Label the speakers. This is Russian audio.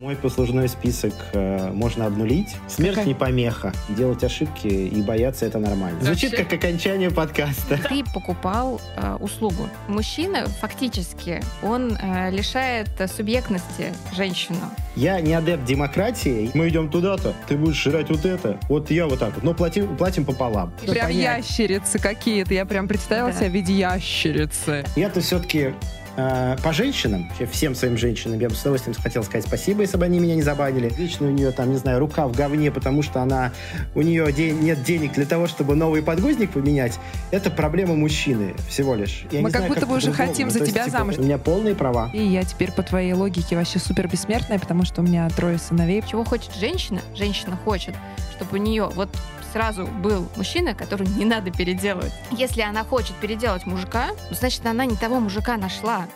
Speaker 1: Мой послужной список э, можно обнулить. Смерть
Speaker 2: Какая?
Speaker 1: не помеха. Делать ошибки и бояться это нормально. Звучит
Speaker 2: Вообще-
Speaker 1: как окончание подкаста.
Speaker 2: Ты покупал э, услугу. Мужчина фактически, он э, лишает э, субъектности женщину.
Speaker 1: Я не адепт демократии. Мы идем туда-то, ты будешь жрать вот это, вот я вот так вот. Но платим, платим пополам.
Speaker 3: Прям
Speaker 2: Понятно.
Speaker 3: ящерицы какие-то. Я прям представила
Speaker 2: Да.
Speaker 3: себя в виде ящерицы.
Speaker 1: Я-то все-таки э, по женщинам, вообще всем своим женщинам, я бы с удовольствием хотел сказать спасибо, если бы они меня не забанили. Вечно у нее там, не знаю, рука в говне, потому что она, у нее де- нет денег для того, чтобы новый подгузник поменять. Это проблема мужчины всего лишь. Я
Speaker 3: Мы
Speaker 1: не
Speaker 3: как
Speaker 1: знаю,
Speaker 3: будто бы уже
Speaker 1: по-другому.
Speaker 3: хотим
Speaker 1: Ну,
Speaker 3: за
Speaker 1: то есть,
Speaker 3: тебя
Speaker 1: типа,
Speaker 3: замуж.
Speaker 1: У меня полные права.
Speaker 3: И я теперь по твоей логике вообще супер бессмертная, потому что у меня трое сыновей.
Speaker 2: Чего хочет женщина? Женщина хочет, чтобы у нее вот сразу был мужчина, которого не надо переделывать. Если она хочет переделать мужика, ну, значит, она не того мужика нашла.